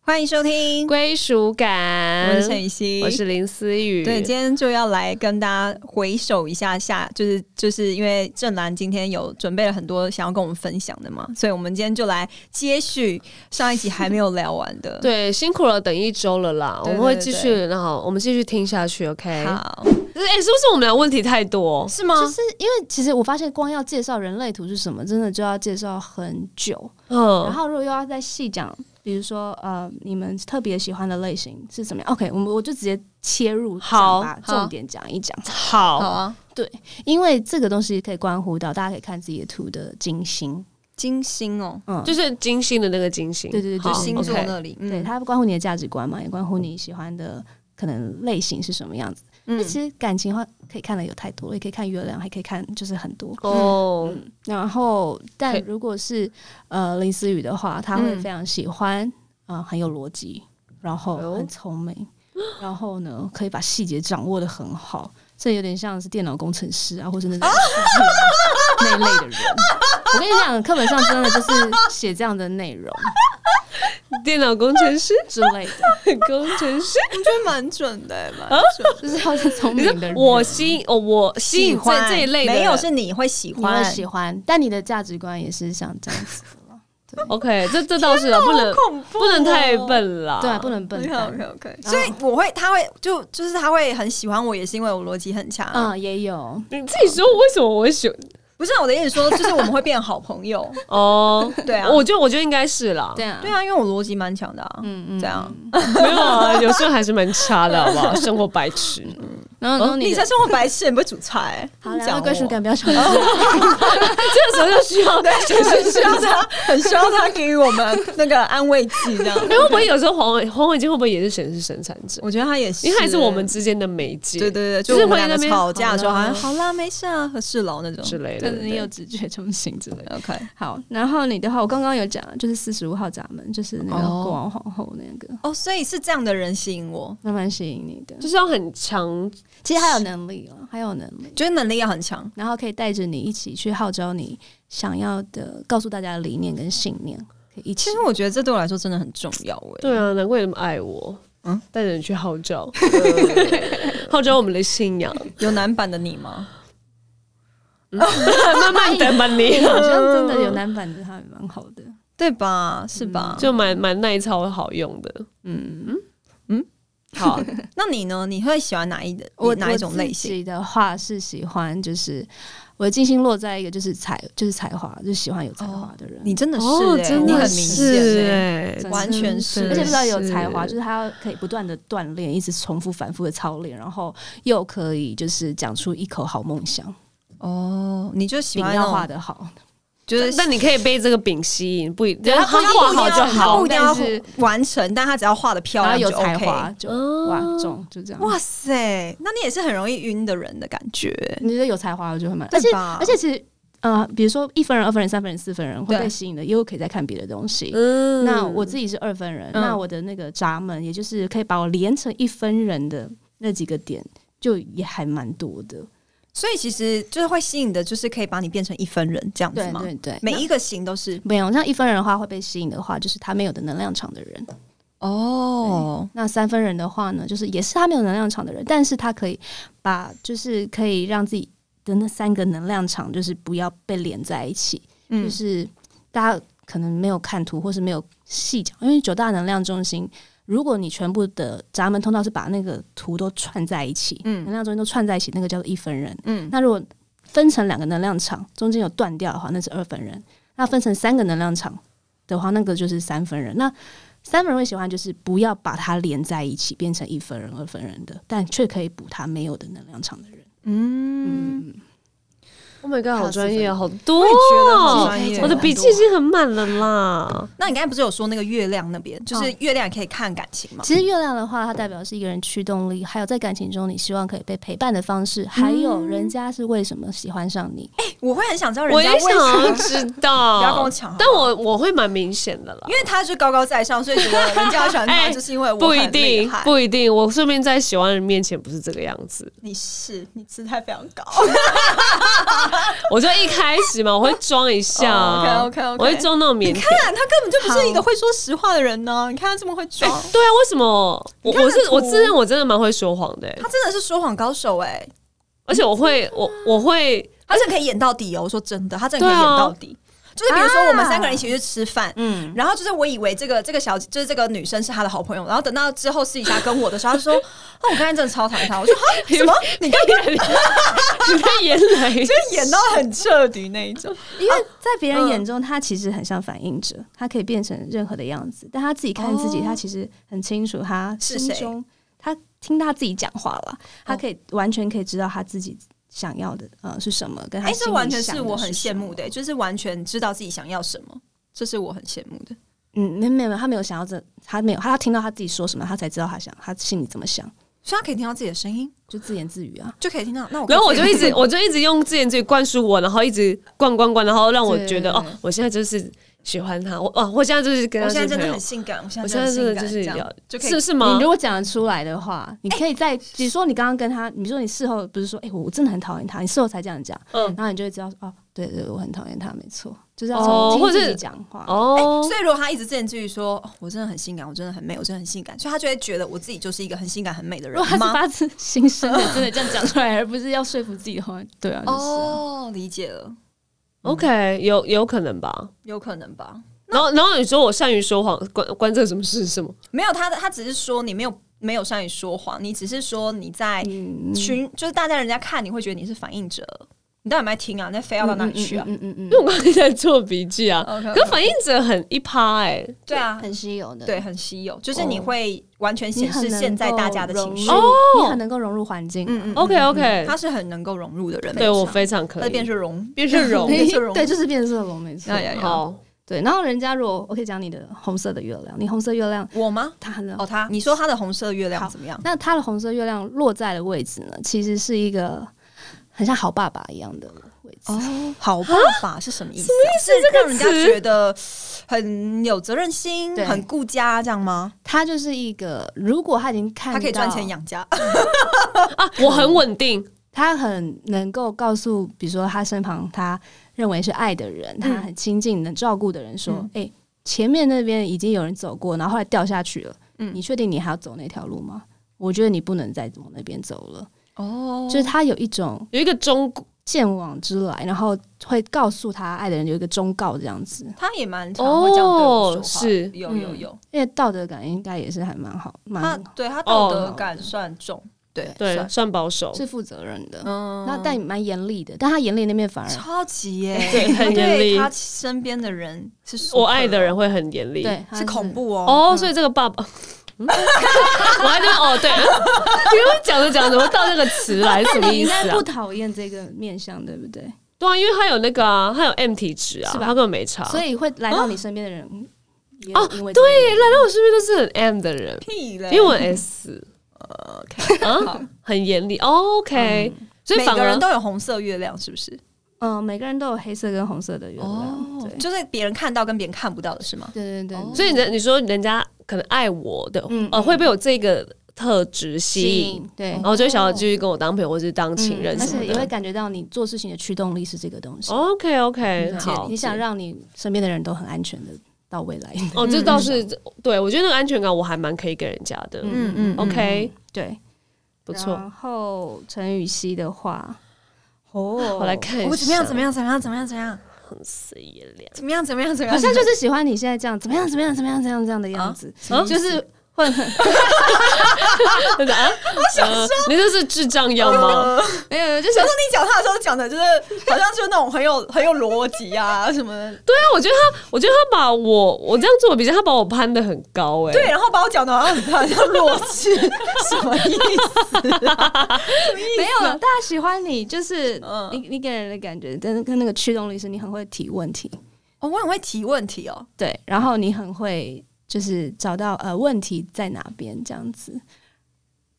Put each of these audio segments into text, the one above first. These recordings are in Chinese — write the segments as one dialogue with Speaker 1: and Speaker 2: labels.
Speaker 1: 欢迎收听，
Speaker 2: 归属感。
Speaker 1: 我是陈雨欣，
Speaker 2: 我是林思雨。
Speaker 1: 对，今天就要来跟大家回首一下下，就是就是因为郑兰今天有准备了很多想要跟我们分享的嘛，所以我们今天就来接续上一集还没有聊完的。
Speaker 2: 对，辛苦了，等一周了啦，
Speaker 1: 对
Speaker 2: 我们会
Speaker 1: 对
Speaker 2: 继
Speaker 1: 对
Speaker 2: 续，然后我们继续听下去，OK？
Speaker 1: 好，
Speaker 2: 就是哎、是不是我们俩问题太多？
Speaker 1: 是吗？
Speaker 3: 就是因为其实我发现，光要介绍人类图是什么，真的就要介绍很久。然
Speaker 2: 嗯，
Speaker 3: 后如果又要再细讲，比如说呃，你们特别喜欢的类型是怎么样？OK，我们我就直接切入
Speaker 2: 好
Speaker 3: 讲吧，
Speaker 1: 好
Speaker 3: 重点讲一讲，
Speaker 1: 好
Speaker 2: 好，
Speaker 1: 啊，
Speaker 3: 因为这个东西可以关乎到大家可以看自己的图的金星，
Speaker 1: 金星哦，
Speaker 3: 嗯，
Speaker 2: 就是是金星的那个金星，
Speaker 3: 对对对
Speaker 2: 好
Speaker 3: 就
Speaker 1: 星座
Speaker 2: OK
Speaker 1: 那里，嗯
Speaker 3: 对它关乎你的价值观嘛，也关乎你喜欢的可能类型是什么样子。那、
Speaker 1: 嗯
Speaker 3: 其实感情的话，可以看的有太多了，也可以看月亮，还可以看就是很多。
Speaker 1: 嗯
Speaker 2: 哦，
Speaker 3: 然后，
Speaker 2: 可
Speaker 3: 但
Speaker 2: 以
Speaker 3: 如果是呃林思雨的话，他会
Speaker 1: 嗯
Speaker 3: 非常喜欢啊、呃很有逻辑，然后
Speaker 2: 哎呦
Speaker 3: 很聪明，然后呢可以把细节掌握的很好，这有点像是电脑工程师啊，或是那种 那一类的人。我跟你讲，课本上真的就是写这样的内容
Speaker 2: 电脑工 程师，
Speaker 3: 之类的，
Speaker 2: 工程师，
Speaker 1: 我觉得蛮准的，蛮准
Speaker 2: 啊
Speaker 1: 的。
Speaker 3: 就是要是聪
Speaker 2: 你
Speaker 3: 明
Speaker 2: 说
Speaker 3: 的人。
Speaker 2: 我吸哦，我吸引这这一类的人，
Speaker 1: 没有是你会喜
Speaker 3: 你会
Speaker 1: 欢，
Speaker 3: 喜欢，但你的价值观也是像这样子的啦。
Speaker 2: OK，这这倒是啊，不能
Speaker 1: 恐怖哦啊
Speaker 2: 不能太。笨了，
Speaker 3: 对，啊不能笨
Speaker 1: OK
Speaker 3: 蛋
Speaker 1: OK。OK，所以我会，他会就就是他会很喜欢我，也是因为我逻辑很强。嗯，
Speaker 3: 嗯，也有，
Speaker 2: 你自己说为什么我会选
Speaker 1: 不是啊我的意思说，就是我们会变好朋友。
Speaker 2: 哦？
Speaker 1: 对啊，
Speaker 2: 我觉得我觉得应该是啦，
Speaker 3: 对啊，
Speaker 1: 对啊，因为我逻辑蛮强的啊。
Speaker 3: 嗯嗯，
Speaker 1: 这样
Speaker 3: 嗯
Speaker 2: 没有 啊，有时候还是蛮差的，好 不好？生活白痴，
Speaker 3: 然后，然后
Speaker 1: 哦你
Speaker 3: 的
Speaker 1: 才生活白痴，你不会煮菜、
Speaker 3: 好，
Speaker 1: 你
Speaker 3: 两
Speaker 1: 讲
Speaker 3: 个
Speaker 1: 我
Speaker 3: 归属， 感不要 吵架。
Speaker 2: 这个时候就需要学
Speaker 1: 很
Speaker 2: 生
Speaker 1: 需要他， 很需要他给予我们那个安慰剂，这样。
Speaker 2: 因为会不会有时候黄伟黄伟金会不会也是显示生产者？
Speaker 1: 我觉得他也是，
Speaker 2: 因为他也是我们之间的媒介，
Speaker 1: 对对对，就
Speaker 2: 就
Speaker 1: 是是我们两
Speaker 2: 会在那
Speaker 1: 个
Speaker 2: 边
Speaker 1: 吵架的时候，
Speaker 3: 好
Speaker 1: 好
Speaker 3: 啦
Speaker 1: 像好啦，没事啊，和事佬那种
Speaker 2: 之类
Speaker 3: 可
Speaker 2: 的。
Speaker 3: 能你有直觉中心之类的。
Speaker 1: OK，
Speaker 3: 好，然后你的话，我刚刚有讲，就是四十五号闸门，就是那个
Speaker 2: 哦
Speaker 3: 国王皇后那个，
Speaker 1: 哦，所以是这样的人吸引我，
Speaker 3: 那蛮吸引你的。
Speaker 2: 就是要很强，
Speaker 3: 其实还有能力了，还有能力，
Speaker 1: 觉得能力要很强。
Speaker 3: 然后可以带着你一起去号召你想要的，告诉大家的理念跟信念，可以一起
Speaker 1: 其实。我觉得这对我来说真的很重要欸诶、
Speaker 2: 对啊，难怪你那么爱我。
Speaker 1: 嗯
Speaker 2: 带着你去号 召， 号召我们的信 仰，
Speaker 1: 有男版的你吗？
Speaker 2: 慢慢 等吧
Speaker 1: 哎
Speaker 2: 你，
Speaker 3: 哎好像真的有男版的，还蛮好的。
Speaker 1: 对吧？是吧？
Speaker 2: 就蛮蛮那一超好用的。
Speaker 3: 嗯，
Speaker 1: 好， 那你呢？你会喜欢哪一
Speaker 3: 我
Speaker 1: 哪一种类型
Speaker 3: 我自？己的话是喜欢，就是我的金星落在一个就是才就是才华，就是喜欢有才华的人。
Speaker 1: 你真的是、
Speaker 2: 哦，
Speaker 1: 欸，
Speaker 2: 真
Speaker 1: 你很明
Speaker 2: 的是
Speaker 1: 显、欸，
Speaker 2: 哎，
Speaker 3: 真的
Speaker 1: 完全是，
Speaker 2: 真
Speaker 3: 而且不知道有
Speaker 2: 是
Speaker 3: 才华，就是他要可以不断的锻炼，一直重复反复的操练，然后又可以就是讲出一口好梦想，
Speaker 1: 哦，你就喜
Speaker 3: 饼
Speaker 1: 欢
Speaker 3: 要画
Speaker 1: 那种，
Speaker 3: 的好，
Speaker 1: 就是
Speaker 2: 但你可以被这个饼吸引，不一，
Speaker 3: 对
Speaker 2: 他
Speaker 3: 他不一定
Speaker 2: 画好
Speaker 3: 要
Speaker 2: 就
Speaker 1: 他
Speaker 2: 好
Speaker 1: 不一。定要
Speaker 3: 但是
Speaker 1: 完成，但他只要画的漂
Speaker 3: 然后
Speaker 1: 亮就
Speaker 3: 有
Speaker 1: OK 哦
Speaker 3: 才华。就
Speaker 2: 嗯
Speaker 3: 哇中，就这样。
Speaker 1: 哇塞，那你也是很容易晕的人的感觉，
Speaker 3: 你觉得有才华，我就会买。
Speaker 1: 对
Speaker 3: 而且
Speaker 1: 吧
Speaker 3: 而且其实啊呃，比如说一分人、二分人、三分人、四分人会
Speaker 1: 对
Speaker 3: 被吸引的，又可以再看别的东西。
Speaker 2: 嗯
Speaker 3: 那我自己是二分人，
Speaker 1: 嗯
Speaker 3: 那我的那个闸门，也就是可以把我连成一分人的那几个点，就也还蛮多的。
Speaker 1: 所以其实就是会吸引的，就是可以把你变成一分人这样子
Speaker 3: 对
Speaker 1: 吗？
Speaker 3: 对对，
Speaker 1: 每一个型都是
Speaker 3: 没有，像一分人的话会被吸引的话，就是他没有的能量场的人。
Speaker 1: 哦，
Speaker 3: 那三分人的话呢，就是也是他没有能量场的人，但是他可以把就是可以让自己的那三个能量场就是不要被连在一起，就
Speaker 1: 嗯
Speaker 3: 是大家可能没有看图或是没有细讲，因为九大能量中心。如果你全部的闸门通道是把那个图都串在一起，
Speaker 1: 嗯
Speaker 3: 能量中心都串在一起，那个叫做一分人。
Speaker 1: 嗯，
Speaker 3: 那如果分成两个能量场，中间有断掉的话，那是二分人；那分成三个能量场的话，那个就是三分人。那三分人会喜欢就是不要把它连在一起，变成一分人、二分人的，但却可以补他没有的能量场的人。嗯，
Speaker 2: Oh my god，好专业，
Speaker 3: 还有
Speaker 2: 好多
Speaker 1: 我
Speaker 2: 哦，
Speaker 1: 也觉得很啊专业。
Speaker 3: 哦
Speaker 2: 我的笔记已经很满了啦。
Speaker 1: 那你刚才不是有说那个月亮那边，就是
Speaker 3: 嗯
Speaker 1: 月亮也可以看感情嘛？
Speaker 3: 其实月亮的话，它代表是一个人驱动力，还有在感情中你希望可以被陪伴的方式，还有人家是为什么喜欢上你。
Speaker 1: 我会很想知道人
Speaker 2: 我
Speaker 1: 家
Speaker 2: 也
Speaker 1: 为什
Speaker 2: 想
Speaker 1: 么
Speaker 2: 要知道，
Speaker 1: 不要跟我抢好不好
Speaker 2: 但我我会蛮明显的啦
Speaker 1: 因。为他是高高在上，所以觉得人家喜欢 他，
Speaker 2: 哎
Speaker 1: 就是因为我
Speaker 2: 不一
Speaker 1: 很厉
Speaker 2: 定
Speaker 1: 害，
Speaker 2: 不一定。我顺 便在喜欢的人面前不是这个样子，
Speaker 1: 你是你姿态非常高，
Speaker 2: 我就一开始嘛，我会装一下啊、
Speaker 1: OK OK
Speaker 2: 我会
Speaker 1: OK。
Speaker 2: 装那种 腼
Speaker 1: 你
Speaker 2: 腆。
Speaker 1: 看他根本就不是一个会说实话的人呢、你看他这么会
Speaker 2: 哎
Speaker 1: 装，
Speaker 2: 对啊，为什么我
Speaker 1: 哦你看
Speaker 2: 我
Speaker 1: 那
Speaker 2: 是
Speaker 1: 图
Speaker 2: 我自认我真的蛮会说谎的、欸
Speaker 1: 他真的是说谎高手哎、
Speaker 2: 而且我会我我会
Speaker 1: 他真的可以演到底哦。我说真的，他真的可以
Speaker 2: 对啊
Speaker 1: 演到底。就是比如说，
Speaker 3: 啊
Speaker 1: 我们三个人一起去吃饭，
Speaker 3: 嗯，
Speaker 1: 然后就是我以为这个这个小姐就是这个女生是他的好朋友，然后等到之后私底下跟我的时候， 他说：“哦，我刚才真的超讨厌他。”我 说：“啊，什 么？
Speaker 2: 你看你你看眼泪，
Speaker 1: 就是演到很彻底那一 种。
Speaker 3: 因为在别人
Speaker 1: 嗯
Speaker 3: 眼中，他其实很像反应者，他可以变成任何的样子，但他自己看自己，
Speaker 1: 哦
Speaker 3: 他其实很清楚他
Speaker 1: 是
Speaker 3: 心
Speaker 1: 谁
Speaker 3: 中，他听他自己讲话了，他可以完全可以知道他自己想要的呃是什么，跟”他
Speaker 1: 哎，
Speaker 3: 心
Speaker 1: 这
Speaker 3: 里
Speaker 1: 完全
Speaker 3: 想
Speaker 1: 是
Speaker 3: 的
Speaker 1: 我很羡慕
Speaker 3: 什
Speaker 1: 的、就是完全知道自己想要什么，这是我很羡慕的。
Speaker 3: 么。嗯，没有没有，他没有想要这，他没有，他听到他自己说什么，他才知道他想他心里怎么想，
Speaker 1: 所以他可以听到自己的声音，
Speaker 3: 就自言自语啊。
Speaker 1: 就可以听到。那我
Speaker 2: 然后我就一直
Speaker 1: 我
Speaker 2: 我就一直用自言自语灌输我，然后一直灌灌灌，然后让我觉得
Speaker 3: 对
Speaker 2: 哦，我现在就是喜欢他，我哦，我现在就是跟他
Speaker 1: 现在
Speaker 2: 是
Speaker 1: 真的
Speaker 2: 朋友
Speaker 1: 很。性感，我现
Speaker 2: 我
Speaker 1: 在
Speaker 2: 现
Speaker 1: 真
Speaker 2: 在
Speaker 1: 的
Speaker 2: 真的
Speaker 1: 很
Speaker 2: 就是
Speaker 1: 性感，这
Speaker 2: 要
Speaker 1: 样，就可以
Speaker 2: 是是
Speaker 3: 你
Speaker 2: 吗
Speaker 3: 如？果讲得出来的话，你可以在，比如说你刚刚跟他，你说你事后不是说，哎、我我真的很讨厌他，你事后才这样讲，
Speaker 2: 嗯，
Speaker 3: 然后你就会知道说，哦，对对，我很讨厌他，没错，就是要
Speaker 2: 哦
Speaker 3: 从
Speaker 2: 或
Speaker 3: 听
Speaker 2: 者
Speaker 3: 自
Speaker 2: 是
Speaker 3: 己讲话。
Speaker 2: 哦，
Speaker 1: 哎所以如果他一直自言自语说、哦我真的很性感，我真的很美，我真的很性感，所以他就会觉得我自己就是一个很性感、很美的
Speaker 3: 如果他
Speaker 1: 人
Speaker 3: 是
Speaker 1: 吗？
Speaker 3: 发自心声的，真的这样讲出来，而不是要说服自己的话，对啊，就是、啊。
Speaker 1: 哦，理解了，
Speaker 2: OK，有有可能吧。
Speaker 1: 有可能吧？
Speaker 2: 然后然后你说我善于说谎，关关这个什么事？什么？
Speaker 1: 没有，他的他只是说你没有没有善于说谎，你只是说你在
Speaker 3: 嗯
Speaker 1: 群，就是大家人家看你会觉得你是反应者，你到底有没有听啊？你在非要到哪里去啊？
Speaker 3: 嗯嗯嗯
Speaker 2: 因为我刚才在做笔记啊。
Speaker 1: OK，
Speaker 2: 可反应者很一趴哎，
Speaker 1: 对啊，
Speaker 3: 很稀有的，
Speaker 1: 对，，很稀有，就是
Speaker 3: 哦
Speaker 1: 你会完全
Speaker 3: 你
Speaker 1: 显
Speaker 3: 很
Speaker 1: 示
Speaker 3: 能
Speaker 1: 现在大家的
Speaker 3: 够
Speaker 1: 情绪。
Speaker 3: 融入
Speaker 2: 哦
Speaker 3: 你很能够融入环境啊，
Speaker 1: 嗯嗯嗯
Speaker 2: OK OK，
Speaker 1: 他是很能够融入的人，
Speaker 2: 对我非常可
Speaker 1: 他
Speaker 2: 以，
Speaker 1: 变是融，
Speaker 2: 变是容
Speaker 1: 嗯。变色龙
Speaker 3: 对，就是变色龙，没错
Speaker 1: 哎。呀呀
Speaker 2: 好，
Speaker 3: 对，然后人家如果我可以讲你的红色的月亮，你红色月亮
Speaker 1: 我吗？
Speaker 3: 它很
Speaker 1: 哦，他，你说他的红色月亮怎么样？
Speaker 3: 那它的红色月亮落在的位置呢，其实是一个很像好爸爸一样的位置。
Speaker 1: 哦，好爸爸是什么意思啊？是让人家
Speaker 2: 词
Speaker 1: 觉得很有责任心、
Speaker 3: 对
Speaker 1: 很顾家这样吗？
Speaker 3: 他就是一个，如果他已经看
Speaker 1: 他
Speaker 3: 到，
Speaker 1: 可以赚钱，养家，
Speaker 2: 啊，我很稳定，
Speaker 3: 他很能够告诉，比如说他身旁他认为是爱的人，
Speaker 1: 嗯
Speaker 3: 他很亲近、能照顾的人说：“哎、前面那边已经有人走过，然后后来掉下去了，
Speaker 1: 嗯
Speaker 3: 你确定你还要走那条路吗？我觉得你不能再往那边走了。
Speaker 1: 哦
Speaker 3: 就是他有一种
Speaker 2: 有一个中
Speaker 3: 见往之来，然后会告诉他爱的人有一个忠告这样子。
Speaker 1: 他也蛮常会这样对我说话，
Speaker 2: 哦是
Speaker 1: 有有有，
Speaker 3: 因为道德感应该也是还蛮好，
Speaker 1: 他
Speaker 3: 蛮
Speaker 1: 对
Speaker 2: 哦
Speaker 1: 他道德感算重，哦对
Speaker 2: 对
Speaker 1: 算
Speaker 2: 算保守，
Speaker 3: 是负责任的。
Speaker 1: 嗯
Speaker 3: 那但蛮严厉的，但他严厉那面反而
Speaker 1: 超级耶，
Speaker 2: 对很严厉
Speaker 1: 对他身边的人是
Speaker 2: 我爱的人会很严厉。
Speaker 3: 对他
Speaker 1: 是恐怖哦，
Speaker 3: 嗯
Speaker 2: 哦，所以这个爸爸，嗯 我还在哦，对，嗯因为我讲着讲着，我到这个词来是什么
Speaker 3: 你
Speaker 2: 意
Speaker 3: 应
Speaker 2: 思
Speaker 3: 该
Speaker 2: 啊
Speaker 3: 不？讨厌这个面相，对不对？
Speaker 2: 对啊，因为他有那个啊，他有 M 体质啊，
Speaker 3: 是吧
Speaker 2: 他根本没差。
Speaker 3: 所以会来到你身边的人，也
Speaker 2: 哦
Speaker 3: 因为这
Speaker 2: 对
Speaker 3: 个，
Speaker 2: 来到我身边都是很 M 的人，
Speaker 1: 屁嘞，
Speaker 2: 因为我很 S
Speaker 1: 好
Speaker 3: 哦
Speaker 2: 啊，很严厉。哦 OK，所以
Speaker 1: 每
Speaker 2: 反
Speaker 1: 个
Speaker 2: 而
Speaker 1: 人都有红色月亮，是不是？
Speaker 3: 嗯，每个人都有黑色跟红色的月
Speaker 2: 哦
Speaker 3: 亮，对
Speaker 1: 就是别人看到跟别人看不到的是吗？
Speaker 3: 对对对，
Speaker 2: 所以人你说人家可能爱我的
Speaker 3: 嗯，
Speaker 2: 呃，会被我这个特质吸
Speaker 3: 吸
Speaker 2: 引，哦
Speaker 3: 引对
Speaker 2: 然，后就会想要继续跟我当朋友或是当情人
Speaker 3: 嗯而
Speaker 2: 什么
Speaker 3: 且也
Speaker 2: 的哦
Speaker 3: 会。感觉到你做事情的驱动力是这个东西，
Speaker 2: OK OK，
Speaker 1: 嗯
Speaker 2: 好
Speaker 3: 你，想让你身边的人都很安全的到未来，
Speaker 2: 哦，这倒是对我觉得那个安全感我还蛮可以给人家的。
Speaker 1: 嗯嗯
Speaker 2: OK，
Speaker 3: 对，
Speaker 2: 不错，
Speaker 3: 然后陈雨希的话，哦
Speaker 2: 我来，看一下，
Speaker 1: 我怎么样？怎么样？怎么样？怎么样？怎么样？
Speaker 2: 样？死也 亮，
Speaker 1: 怎么样？怎么样？怎么样？
Speaker 3: 好像就是喜欢你现在这样，怎么样？怎么样？怎么样？怎么样？这样的样子，
Speaker 2: 啊
Speaker 3: 就是会很
Speaker 2: 真的啊！我想说，嗯你这是智障样吗？
Speaker 3: 没有没有，就是
Speaker 1: 小时候你讲他的时候讲的就是好像就是那种很有很有逻辑啊什么的，
Speaker 2: 对啊，我觉得他，我觉得他把我我这样做比较，他把我攀的很高哎。
Speaker 1: 对，然后把我讲的好像很像弱 智，什么意思啊？
Speaker 3: 没有了。大家喜欢你，就是
Speaker 1: 嗯
Speaker 3: 你你给人的感觉，跟跟那个驱动力是你很会提问题，
Speaker 1: 哦，我很会提问题哦，
Speaker 3: 对，然后你很会就是找到呃问题在哪边这样子。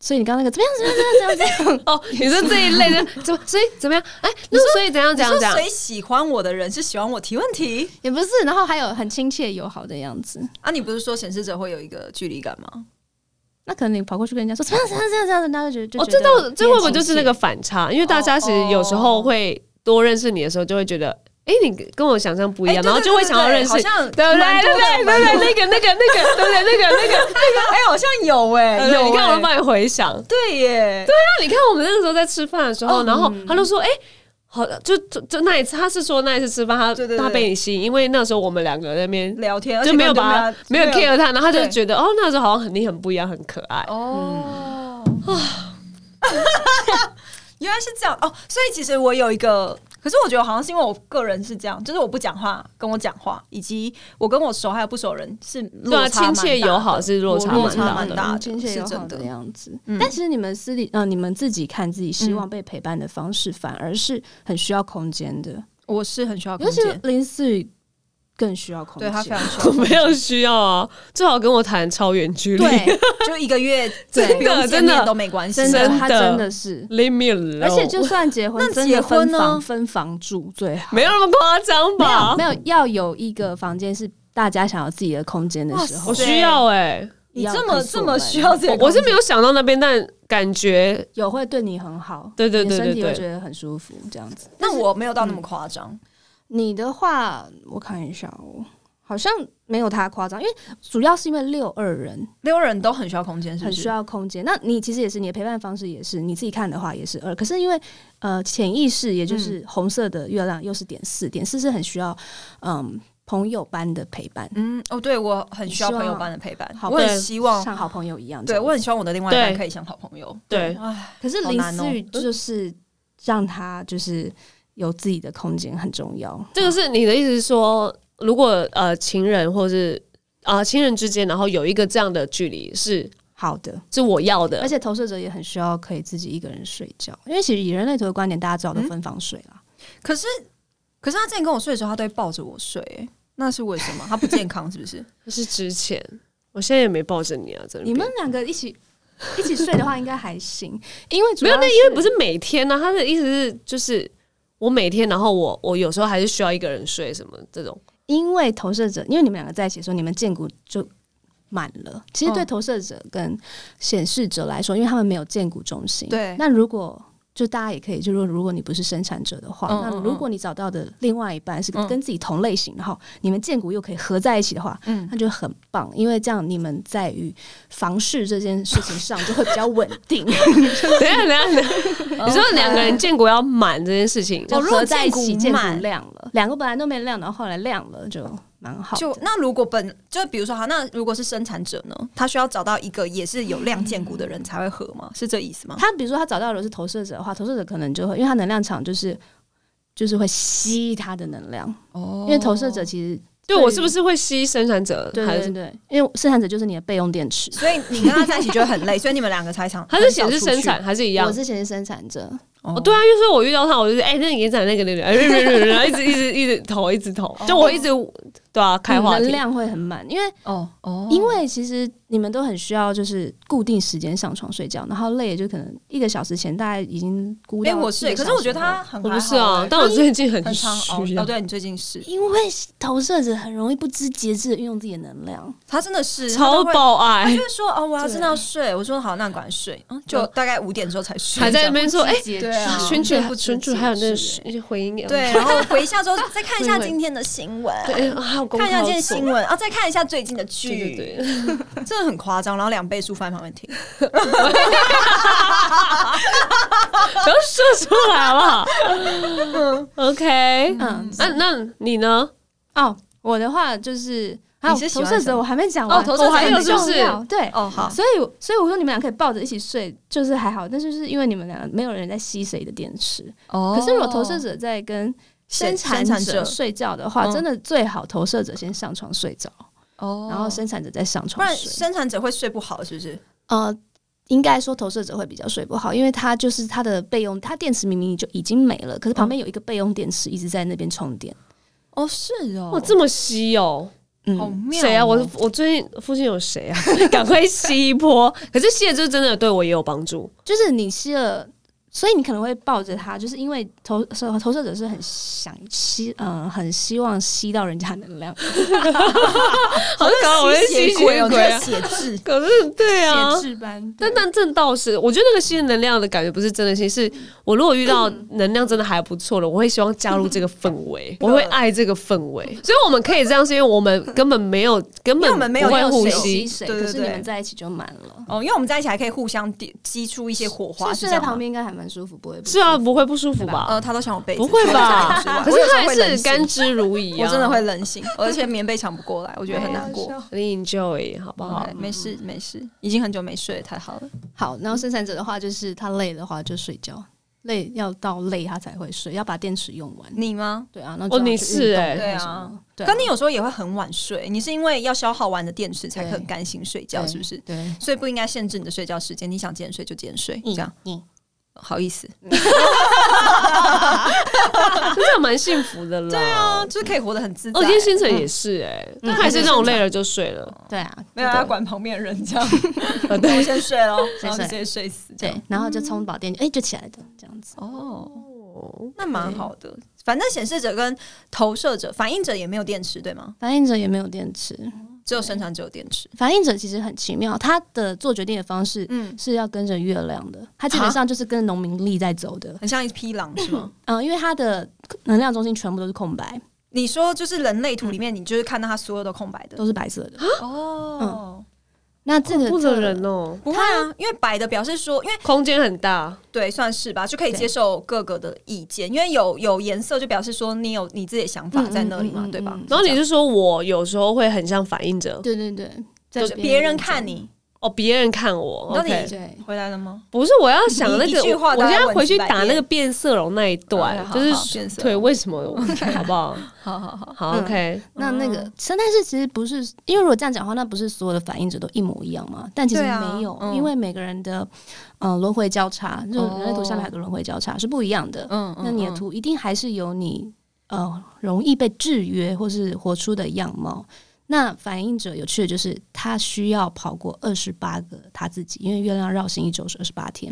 Speaker 3: 所以你刚刚那个怎么样？怎么样？怎么样？怎么样？
Speaker 2: 哦，你说这一类的， 怎么所以怎么样？哎，那所以怎样怎样
Speaker 1: 你
Speaker 2: 怎
Speaker 1: 说
Speaker 2: 样？
Speaker 1: 谁喜欢我的人是喜欢我提问题
Speaker 3: 也不是，然后还有很亲切友好的样子。
Speaker 1: 啊？你不是说显示者会有一个距离感吗？
Speaker 3: 那可能你跑过去跟人家说怎么样？怎么样？怎么样？怎么样？大家就觉得
Speaker 2: 哦，这倒这会不会就是那个反差？因为大家其实有时候会多认识你的时候，就会觉得，哎、你跟我想象不一
Speaker 1: 哎
Speaker 2: 样，
Speaker 1: 对
Speaker 2: 然后就会想要认识，
Speaker 1: 对对对
Speaker 2: 对
Speaker 1: 好像
Speaker 2: 不对？对
Speaker 1: 蛮多的
Speaker 2: 对对对，那个那个那个，对不对？那个那个
Speaker 1: 哎、好像有哎、
Speaker 2: 那个，
Speaker 1: 有、 欸，
Speaker 2: 对你看我帮你回想，对
Speaker 1: 对耶，
Speaker 2: 啊，你看我们那个时候在吃饭的时候，然后他就说，哎、好，就就就那一次，他是说那一次吃饭，他
Speaker 1: 对对对
Speaker 2: 他被你吸引，因为那时候我们两个在那边
Speaker 1: 聊天，而且
Speaker 2: 就没有
Speaker 1: 根本
Speaker 2: 把他没有 care 他，然后他就
Speaker 1: 对
Speaker 2: 觉得哦，那时候好像很你很不一样，很可爱。
Speaker 1: 哦，
Speaker 2: 嗯
Speaker 1: 原来是这样哦，所以其实我有一个，可是我觉得好像是因为我个人是这样，就是我不讲话，跟我讲话，以及我跟我熟还有不熟人是
Speaker 2: 对
Speaker 1: 落
Speaker 2: 啊，
Speaker 1: 差蛮
Speaker 2: 亲
Speaker 1: 大的
Speaker 2: 切友好是落差
Speaker 1: 落
Speaker 2: 蛮
Speaker 1: 差
Speaker 2: 大
Speaker 1: 蛮
Speaker 2: 的。
Speaker 1: 大的
Speaker 3: 亲切友
Speaker 1: 是
Speaker 3: 好
Speaker 1: 真的
Speaker 3: 的样子。但其实你们私底呃，你们自己看自己希
Speaker 1: 嗯
Speaker 3: 望被陪伴的方式，反而是很需要空间的，
Speaker 1: 我是很需要
Speaker 3: 尤
Speaker 1: 空
Speaker 3: 其
Speaker 1: 间，
Speaker 3: 林思雨更需要空
Speaker 1: 对
Speaker 3: 间。
Speaker 1: 他非常需要
Speaker 2: 我
Speaker 1: 空间，
Speaker 2: 没有需要啊，最好跟我谈超远距离。
Speaker 3: 对，
Speaker 1: 就一个月
Speaker 2: 真的
Speaker 1: 不用见
Speaker 2: 真的
Speaker 1: 面都没关系，
Speaker 3: 真的，
Speaker 2: 真的
Speaker 3: 他真的 是，
Speaker 2: ，Leave me alone。
Speaker 3: 而且就算结婚，
Speaker 1: 那
Speaker 3: 真
Speaker 1: 结
Speaker 3: 的
Speaker 1: 婚
Speaker 3: 分
Speaker 1: 呢
Speaker 3: 房分房住最好。
Speaker 2: 没有那么夸张
Speaker 3: 没
Speaker 2: 吧
Speaker 3: 有？没有要有一个房间是大家想要自己的空间的时
Speaker 1: 哇
Speaker 3: 候
Speaker 2: 我
Speaker 1: 塞，
Speaker 2: 需要哎、
Speaker 1: 你
Speaker 3: 要
Speaker 1: 这么
Speaker 3: 可是
Speaker 1: 这
Speaker 3: 我
Speaker 1: 么
Speaker 3: 们
Speaker 1: 需要这个
Speaker 2: 我我是
Speaker 1: 空
Speaker 2: 没有想到那边，但感觉
Speaker 3: 有会对你很好，
Speaker 2: 对对对
Speaker 3: 你的身
Speaker 2: 对
Speaker 3: 体
Speaker 2: 对
Speaker 3: 会觉得很舒服这样子。
Speaker 1: 间，那我没有到那
Speaker 2: 嗯
Speaker 1: 么夸张，
Speaker 3: 你的话，我看一下哦，好像没有他夸张，因为主要是因为六二人
Speaker 1: 六人都很需要空间，是不
Speaker 3: 很
Speaker 1: 是
Speaker 3: 需？要空间。那你其实也是，你的陪伴方式也是，你自己看的话也是二。可是因为呃，潜意识也
Speaker 1: 嗯
Speaker 3: 就是红色的月亮又是点四，点四是很需要嗯朋友般的陪伴，
Speaker 1: 嗯，哦，对我很需要
Speaker 3: 希望
Speaker 1: 朋友般的陪伴，
Speaker 3: 好
Speaker 1: 我很
Speaker 2: 对
Speaker 1: 希望，
Speaker 3: 像好朋友一样这
Speaker 1: 对
Speaker 3: 样子。
Speaker 1: 我很希望我的另外一半
Speaker 2: 对
Speaker 1: 可以像好朋友，
Speaker 2: 对
Speaker 1: 唉，
Speaker 3: 可是
Speaker 1: 好
Speaker 3: 林
Speaker 1: 难
Speaker 3: 思
Speaker 1: 哦
Speaker 3: 雨就是让他就是有自己的空间很重要。
Speaker 2: 这个是你的意思是说，如果呃情人或是啊、呃亲人之间，然后有一个这样的距离是
Speaker 3: 好的，
Speaker 2: 是我要的
Speaker 3: 而，且投射者也很需要可以自己一个人睡觉，因为其实以人类图的观点，大家知道
Speaker 1: 嗯
Speaker 3: 都分房睡啦。
Speaker 1: 可是可是他之前跟我睡的时候，他都会抱着我睡、欸那是为什么？他不健康是不 是？
Speaker 2: 是之前。我现在也没抱着你啊，真的。
Speaker 3: 你们两个一起一起睡的话，应该还行，因为主
Speaker 2: 没有，
Speaker 3: 要
Speaker 2: 那因为
Speaker 3: 是
Speaker 2: 不是每天呢、他的意思是就是我每天，然后我我有时候还是需要一个人睡什么这种。
Speaker 3: 因为投射者，因为你们两个在一起的时候，你们见骨就满了。其实对
Speaker 1: 嗯
Speaker 3: 投射者跟显示者来说，因为他们没有见骨中心，
Speaker 1: 对
Speaker 3: 那如果就大家也可以，就说如果你不是生产者的话，
Speaker 1: 嗯
Speaker 3: 那
Speaker 1: 嗯
Speaker 3: 如果你找到的另外一半是
Speaker 1: 嗯
Speaker 3: 跟自己同类型，然后你们见骨又可以合在一起的话，
Speaker 1: 嗯
Speaker 3: 那就很棒，因为这样你们在于房事这件事情上就会比较稳定。
Speaker 2: 等一下，等一下，等一下，
Speaker 3: 哦
Speaker 2: 你说两个人建国要满这件事情，
Speaker 3: 就
Speaker 1: 哦如果
Speaker 3: 合在一起，
Speaker 1: 见骨
Speaker 3: 见骨
Speaker 1: 满
Speaker 3: 亮了，两个本来都没亮，然后后来亮了，就蛮好的。
Speaker 1: 就那如果本就比如说好，那如果是生产者呢？他需要找到一个也是有亮剑骨的人才会合吗？是这意思吗？
Speaker 3: 他比如说他找到的是投射者的话，投射者可能就会，因为他能量场就是就是会吸他的能量，
Speaker 1: 哦
Speaker 3: 因为投射者，其实
Speaker 2: 对
Speaker 3: 对
Speaker 2: 我是不是会吸生产者？
Speaker 3: 对
Speaker 2: 还
Speaker 3: 对
Speaker 2: 是
Speaker 3: 对，因为生产者就是你的备用电池。
Speaker 1: 所以你跟他在一起就会很累， 所以你们两个才想
Speaker 2: 他是显示生产还是一样
Speaker 3: 我？之前是生产者，
Speaker 1: 哦
Speaker 2: 哦，对啊，因为说我遇到他，我就是哎，那你给讲那个那个，哎然后一直一直一直投，一直投，
Speaker 1: 哦
Speaker 2: 就我一直对啊，开
Speaker 1: 嗯
Speaker 2: 话
Speaker 3: 嗯能
Speaker 2: 题。
Speaker 3: 量会很满，因为
Speaker 1: 哦哦
Speaker 3: 因为其实你们都很需要就是固定时间上床睡觉，然后累也就可能一个小时前大概已经估
Speaker 1: 哎、
Speaker 3: 到一个小时后。
Speaker 1: 我是、欸，可是我觉得他很
Speaker 2: 我
Speaker 1: 还
Speaker 2: 不是
Speaker 1: 好
Speaker 2: 啊
Speaker 1: 欸，
Speaker 2: 但我最近很啊
Speaker 1: 很
Speaker 2: 需
Speaker 1: 常熬
Speaker 2: 要
Speaker 1: 哦，。对你最近是，
Speaker 3: 因为投射者很容易不知节制的运用自己的能量，
Speaker 1: 他真的是
Speaker 2: 超，爆
Speaker 1: 他都会他
Speaker 2: 爱，
Speaker 1: 就会说哦，我要真的要睡，我说好，那管睡，嗯，就大概五点之后才睡，
Speaker 2: 还在那边说哎，
Speaker 1: 对啊
Speaker 2: 群主
Speaker 3: 对不知
Speaker 2: 群主还有那
Speaker 3: 节制
Speaker 2: 那些回音，
Speaker 1: 欸 对，然后回一下之后再看一下今天的新闻，
Speaker 2: 对，啊还有
Speaker 1: 看一下今天的新
Speaker 2: 新
Speaker 1: 闻，然后再看一下最近的
Speaker 2: 对对
Speaker 1: 剧，
Speaker 2: 对，
Speaker 1: 真的很夸张，然后两倍速放在旁边听，
Speaker 2: 不要说出来好不好？OK，
Speaker 3: 嗯
Speaker 2: 那那你呢？
Speaker 3: 哦，我的话就是，还有
Speaker 1: 你是喜
Speaker 3: 投
Speaker 1: 欢
Speaker 3: 射
Speaker 1: 什
Speaker 3: 者，
Speaker 1: 么
Speaker 3: 我还没讲完，
Speaker 2: 哦投射者
Speaker 3: 我还
Speaker 2: 还
Speaker 3: 有
Speaker 2: 有是不是
Speaker 3: 对，
Speaker 1: 哦，好，
Speaker 3: 所以所以我说你们俩可以抱着一起睡，就是还好，但是就是因为你们俩没有人在吸谁的电池。
Speaker 1: 哦
Speaker 3: 可是如果投射者在跟生产
Speaker 1: 生产
Speaker 3: 者
Speaker 1: 者
Speaker 3: 睡觉的话，
Speaker 1: 嗯
Speaker 3: 真的最好投射者先上床睡着，
Speaker 1: 哦
Speaker 3: 然后生产者再上
Speaker 1: 不
Speaker 3: 床
Speaker 1: 然
Speaker 3: 睡。
Speaker 1: 生产者会睡不好，是不是？
Speaker 3: 呃，应该说投射者会比较睡不好，因为他就是他的备用，他电池明明就已经没了，可是旁边有一个备用电池一直在那边充电。
Speaker 1: 哦，是哦
Speaker 2: 哇，这么稀有，
Speaker 1: 好
Speaker 3: 嗯，
Speaker 1: 妙哦，
Speaker 2: 谁啊？我我最近附近有谁 啊？赶快吸一波！可是吸了就真的对我也有帮助，
Speaker 3: 就是你吸了。所以你可能会抱着它，就是因为投投投射者是很想吸，嗯、很希望吸到人家的能量，
Speaker 2: 好像我是吸
Speaker 1: 血鬼
Speaker 2: 血
Speaker 1: 哦，
Speaker 2: 鬼啊，
Speaker 1: 这个血质。
Speaker 2: 可是对啊，
Speaker 3: 血质般。
Speaker 2: 但但这倒是，我觉得那个吸引能量的感觉不是真的吸，是我如果遇到
Speaker 1: 嗯
Speaker 2: 能量真的还不错了，我会希望加入这个氛 围，我
Speaker 1: 嗯
Speaker 2: 会爱这个氛围。所以我们可以这样，是因为我们根本没有根
Speaker 1: 因为我
Speaker 2: 本
Speaker 1: 们没有
Speaker 2: 不会
Speaker 1: 用
Speaker 2: 呼
Speaker 1: 水
Speaker 2: 吸
Speaker 3: 吸，水，
Speaker 1: 对对
Speaker 3: 可是你
Speaker 1: 对
Speaker 3: 们在一起就满了。
Speaker 1: 哦，因为我们在一起还可以互相点激出一些火
Speaker 3: 所
Speaker 1: 花，
Speaker 3: 以
Speaker 1: 是
Speaker 3: 睡
Speaker 1: 这
Speaker 3: 在
Speaker 1: 样吗
Speaker 3: 旁。边应该还蛮舒服，不会不
Speaker 2: 是啊，不会不舒服吧？
Speaker 1: 呃，他都想我被子
Speaker 2: 不会吧
Speaker 1: 除了这个之外？啊
Speaker 2: 可是
Speaker 1: 我有时
Speaker 2: 他
Speaker 1: 候
Speaker 2: 还
Speaker 1: 会冷
Speaker 2: 是
Speaker 1: 醒
Speaker 2: 甘之如饴
Speaker 1: 我
Speaker 2: 啊，
Speaker 1: 真的会冷醒，而且棉被抢不过来，我觉得很难过。
Speaker 2: 你 enjoy 好不好
Speaker 1: 对？ 没事没事，已经很久没睡了，太好了。
Speaker 3: 好，然后生产者的话就是他累的话就睡觉，累要到累他才会睡，要把电池用完。
Speaker 1: 你吗？
Speaker 3: 对啊，那
Speaker 2: 哦你是欸
Speaker 3: 哎，
Speaker 1: 对啊
Speaker 3: 对啊，
Speaker 1: 可你有时候也会很晚睡，你是因为要消耗完的电池才
Speaker 3: 对
Speaker 1: 很甘心睡觉，
Speaker 3: 对
Speaker 1: 是不是？
Speaker 3: 对，
Speaker 1: 所以不应该限制你的睡觉时间，你想几点睡就几点睡，这样
Speaker 3: 嗯
Speaker 1: 好意思？
Speaker 2: 啊这样蛮幸福的啦。对啊，
Speaker 1: 啊，就是可以活得很自在嗯
Speaker 2: 哦，。今天星辰也是哎，但还是那种累了就睡了。
Speaker 3: 对啊，
Speaker 1: 没有要管旁边的人， 这样
Speaker 2: 呃对
Speaker 1: 我先睡喽，然后就
Speaker 3: 睡
Speaker 1: 直接睡死。这样
Speaker 3: 对，然后就充饱电，哎，就起来的这样子。
Speaker 1: 哦，那蛮好的。反正显示者跟投射者、反应者也没有电池，对吗？
Speaker 3: 反应者也没有电池，
Speaker 1: 只有生产者有电池。
Speaker 3: 反应者其实很奇妙，他的做决定的方式
Speaker 1: 嗯，
Speaker 3: 是要跟着月亮的，他基本上就是跟农民力在走的。
Speaker 1: 很像一匹狼，是吗？
Speaker 3: 嗯，因为他的能量中心全部都是空白，
Speaker 1: 你说就是人类图里面，你就是看到它所有都空白的
Speaker 3: 都是白色的。
Speaker 1: 哦。
Speaker 3: 那这
Speaker 1: 嗯
Speaker 3: 个
Speaker 2: 负
Speaker 3: 这
Speaker 2: 责
Speaker 3: 个
Speaker 2: 人哦，
Speaker 1: 不会啊，因为白的表示说，因为
Speaker 2: 空间很大。
Speaker 1: 对算是吧，就可以接受各个的意见，因为有有颜色就表示说你有你自己的想法在那里嘛，
Speaker 3: 嗯嗯嗯
Speaker 1: 对吧
Speaker 3: 嗯？
Speaker 2: 然后你就说我有时候会很像反应者，
Speaker 3: 对对对，
Speaker 1: 就
Speaker 3: 在
Speaker 1: 是别人看你，
Speaker 2: 哦，别人看我
Speaker 1: 那你
Speaker 2: ，OK，
Speaker 3: 对，
Speaker 1: 回来了吗？
Speaker 2: 不是我要想那
Speaker 1: 你
Speaker 2: 个，
Speaker 1: 一句
Speaker 2: 我
Speaker 1: 话
Speaker 2: 我
Speaker 1: 大
Speaker 2: 现
Speaker 1: 概
Speaker 2: 在
Speaker 1: 问
Speaker 2: 回去
Speaker 1: 几百
Speaker 2: 打那
Speaker 1: 遍
Speaker 2: 个变色龙那一段
Speaker 1: 好，好
Speaker 2: 就是
Speaker 1: 好变色
Speaker 2: 对，
Speaker 1: 龙
Speaker 2: 为什么好 不好？
Speaker 1: 好好好，
Speaker 2: 好
Speaker 3: 嗯
Speaker 2: ，OK，
Speaker 3: 那那
Speaker 1: 嗯
Speaker 3: 个，但是其实不是，因为如果这样讲的话，那不是所有的反应者都一模一样嘛？但其实
Speaker 1: 对啊
Speaker 3: 没有，
Speaker 1: 嗯
Speaker 3: 因为每个人的呃轮回交叉，就是人类图下面很多轮回交叉是不一样的。
Speaker 1: 嗯
Speaker 3: 那你的图一定还是有你呃容易被制约或是活出的样貌。那反应者有趣的就是，他需要跑过二十八个他自己，因为月亮绕行一周是二十八天，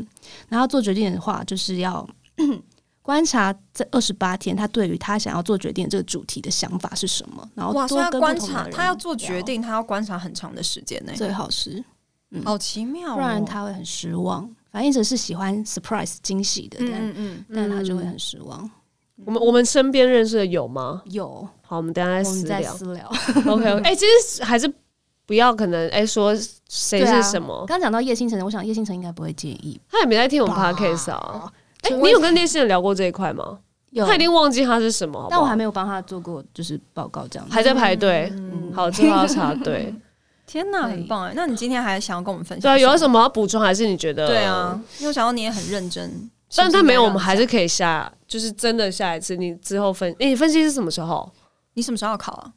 Speaker 3: 然后做决定的话，就是要 观察这二十八天，他对于他想要做决定的这个主题的想法是什么，然后
Speaker 1: 哇，所
Speaker 3: 多
Speaker 1: 以要
Speaker 3: 跟
Speaker 1: 观
Speaker 3: 不同的
Speaker 1: 察，
Speaker 3: 人
Speaker 1: 他要做决
Speaker 3: 聊，
Speaker 1: 定，哎他要观察很长的时间呢，
Speaker 3: 最好是，
Speaker 1: 好奇妙哦，
Speaker 3: 不然他会很失望。反应者是喜欢 surprise 惊喜的，但、
Speaker 1: 嗯嗯嗯，
Speaker 3: 但他就会很失望。
Speaker 2: 我们我们身边认识的有吗？
Speaker 3: 有，
Speaker 2: 好，我们等一下再
Speaker 3: 我们
Speaker 2: 私
Speaker 3: 在
Speaker 2: 聊。
Speaker 3: 私聊。
Speaker 2: OK，哎，其实还是不要可能哎说谁
Speaker 3: 对啊
Speaker 2: 是什么，
Speaker 3: 刚讲到叶星辰，我想叶星辰应该不会介意。
Speaker 2: 他也没在听 我们
Speaker 3: 吧
Speaker 2: Podcast 啊。哎，
Speaker 3: 就
Speaker 2: 你有跟聂星人聊过这一块吗？
Speaker 3: 有，
Speaker 2: 他已经忘记他是什么，好不
Speaker 3: 但我
Speaker 2: 好
Speaker 3: 还没有帮他做过就是报告这样子。
Speaker 2: 还在排队。
Speaker 1: 嗯
Speaker 2: 好，这话要插队。
Speaker 1: 天哪，
Speaker 3: 可以
Speaker 1: 很棒哎！那你今天还想要跟我们分享？
Speaker 2: 对啊，有什？么要补充？还是你觉得？
Speaker 1: 对啊，因为我想到你也很认真，
Speaker 2: 但他没有，我
Speaker 1: 是
Speaker 2: 们
Speaker 1: 不是应该让你
Speaker 2: 还是可以下，就是真的下一次你之后分，哎、你分析是什么时候？
Speaker 1: 你什么时候要考啊？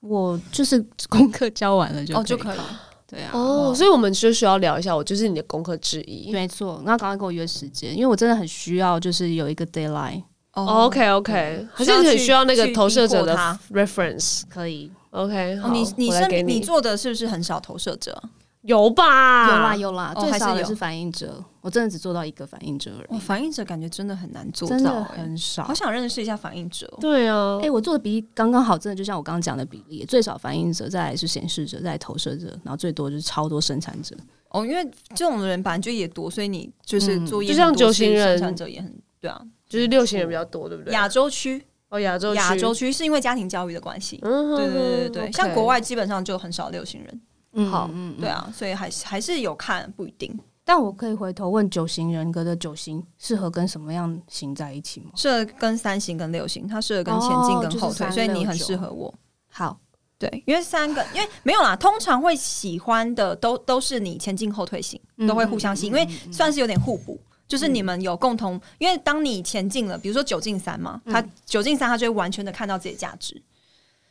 Speaker 3: 我就是功课交完了就
Speaker 1: 哦，就可以
Speaker 3: 以。
Speaker 1: 了。
Speaker 3: 对啊，
Speaker 2: 哦，所以我们就需要聊一下，我就是你的功课之一。
Speaker 3: 没错。然后赶快跟我约时间，因为我真的很需要，就是有一个 d a y l i g h t
Speaker 2: 哦
Speaker 1: 哦
Speaker 2: OK OK，还
Speaker 1: 需要
Speaker 2: 是很
Speaker 1: 去
Speaker 2: 需要那个
Speaker 1: 去
Speaker 2: 投射者
Speaker 1: 逼迫
Speaker 2: 的
Speaker 1: 他
Speaker 2: reference。
Speaker 3: 可以。
Speaker 2: OK，好，
Speaker 1: 哦，你你
Speaker 2: 我来
Speaker 1: 身
Speaker 2: 给
Speaker 1: 边你做的是不是很少投射者啊？
Speaker 2: 有吧？
Speaker 3: 有啦有啦，
Speaker 1: 哦
Speaker 3: 最
Speaker 1: 还是
Speaker 3: 少的
Speaker 1: 有
Speaker 3: 是反应者，我真的只做到一个反应者而
Speaker 1: 哇，
Speaker 3: 已，
Speaker 1: 反应者感觉真的很难做
Speaker 3: 真
Speaker 1: 到
Speaker 3: 的
Speaker 1: 哎，
Speaker 3: 很少
Speaker 1: 好。想认识一下反应者哦。
Speaker 2: 对啊
Speaker 3: 哎、，我做的比例刚刚好，真的就像我刚刚讲的比例，最少反应者，再来是显示者，再来投射者，然后最多就是超多生产者。
Speaker 1: 哦，因为这种人本来就也多，所以你就是
Speaker 3: 嗯
Speaker 1: 做业
Speaker 2: 就像
Speaker 1: 很多
Speaker 2: 九型
Speaker 1: 所以
Speaker 2: 人
Speaker 1: 生产者也很对啊。
Speaker 2: 就是六型人比较多，对不对？
Speaker 1: 亚洲区，
Speaker 2: 哦，亚洲区
Speaker 1: 亚洲，区是因为家庭教育的关系。
Speaker 2: 嗯哼
Speaker 1: 对对对对对，
Speaker 2: OK
Speaker 1: 像国外基本上就很少六型人，
Speaker 3: 嗯
Speaker 2: 好
Speaker 3: 嗯
Speaker 1: 对。啊，所以还是还是有看，不一定。
Speaker 3: 但我可以回头问九型人格的九型适合跟什么样型在一起吗？
Speaker 1: 适合跟三型跟六型，它适合跟前进
Speaker 3: 哦
Speaker 1: 跟后退，
Speaker 3: 就是三
Speaker 1: 所以你很
Speaker 3: 六九
Speaker 1: 适合我。
Speaker 3: 好，
Speaker 1: 对，因为三个，因为没有啦，通常会喜欢的都都是你前进后退型，
Speaker 3: 嗯
Speaker 1: 都会互相吸引，因为算是有点互补。就是你们有共同，因为当你前进了，比如说九进三嘛，
Speaker 3: 嗯
Speaker 1: 他九进三，他就会完全的看到自己的价值，